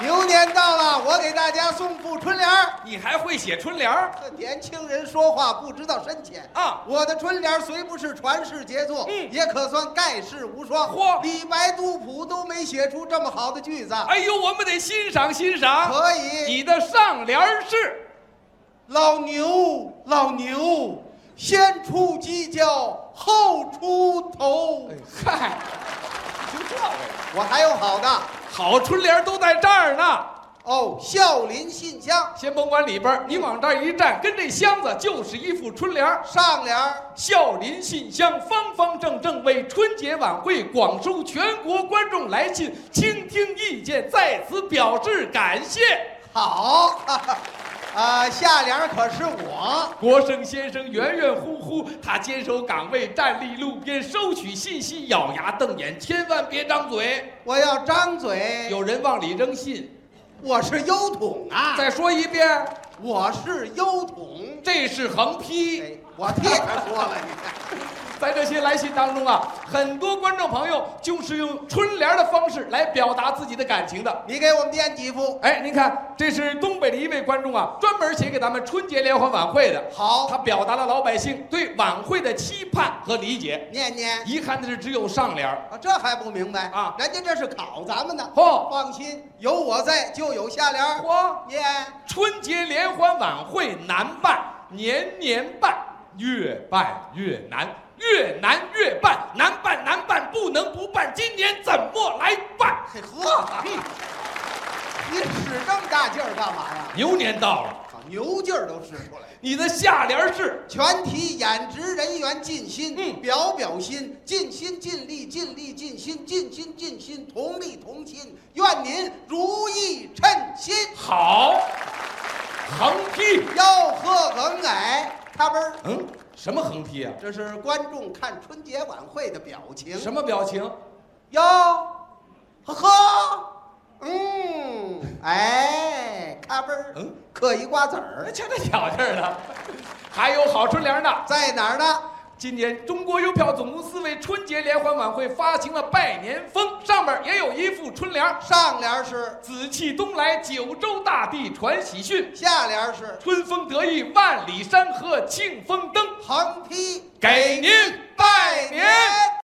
牛年到了，我给大家送副春联儿。你还会写春联儿？这年轻人说话不知道深浅啊我的春联儿虽不是传世杰作，嗯也可算盖世无双。嚯李白、杜甫都没写出这么好的句子。哎呦，我们得欣赏欣赏。可以，你的上联儿是老牛，老牛，先出犄角，后出哎头。嗨，你就这个，我还有好的好春联儿都在这儿呢。哦，孝邻信箱，先甭管里边儿，你往这儿一站，跟这箱子就是一副春联儿。上联儿孝邻信箱，方方正正为春节晚会广收全国观众来信，倾听意见，在此表示感谢。好， 哈哈啊，下联儿可是我。国生先生圆圆乎乎，他坚守岗位，站立路边收取信息，咬牙瞪眼，千万别张嘴。我要张嘴，有人往里扔信，我是优桶啊，再说一遍，我是优桶。这是横批。哎，我替他说了，你看，在这些来信当中啊，很多观众朋友就是用春联的方式来表达自己的感情的。你给我们念几副？哎，您看，这是东北的一位观众啊，专门写给咱们春节联欢晚会的。他好，表达了老百姓对晚会的期盼和理解。念念。遗憾的是，只有上联儿。啊，这还不明白啊人家这是考咱们呢。嚯放心，有我在就有下联儿。嚯，念春节联欢晚会难办，年年办，越办越难，越难越办，难办难办，不能不办，今年怎么来办？嘿呵，你使这么大劲儿干嘛呀？牛年到了，好牛劲儿都使出来了。你的下联儿是全体演职人员尽心，嗯表表心，尽心尽力，尽力尽心，尽心尽心，同力同心，愿您如意称心。好，横批。吆喝梗哎，他不是，嗯，什么横批啊？这是观众看春节晚会的表情。什么表情？哟，呵呵，嗯，哎，咔嘣儿，嗯，嗑一瓜子儿，瞧这小气儿的，还有好春联呢。在哪儿呢？今年中国邮票总公司为春节联欢晚会发行了拜年风，上面也有一副春联儿：上联是，紫气东来，九州大地传喜讯，下联是，春风得意，万里山河庆风灯。横批，给您拜年。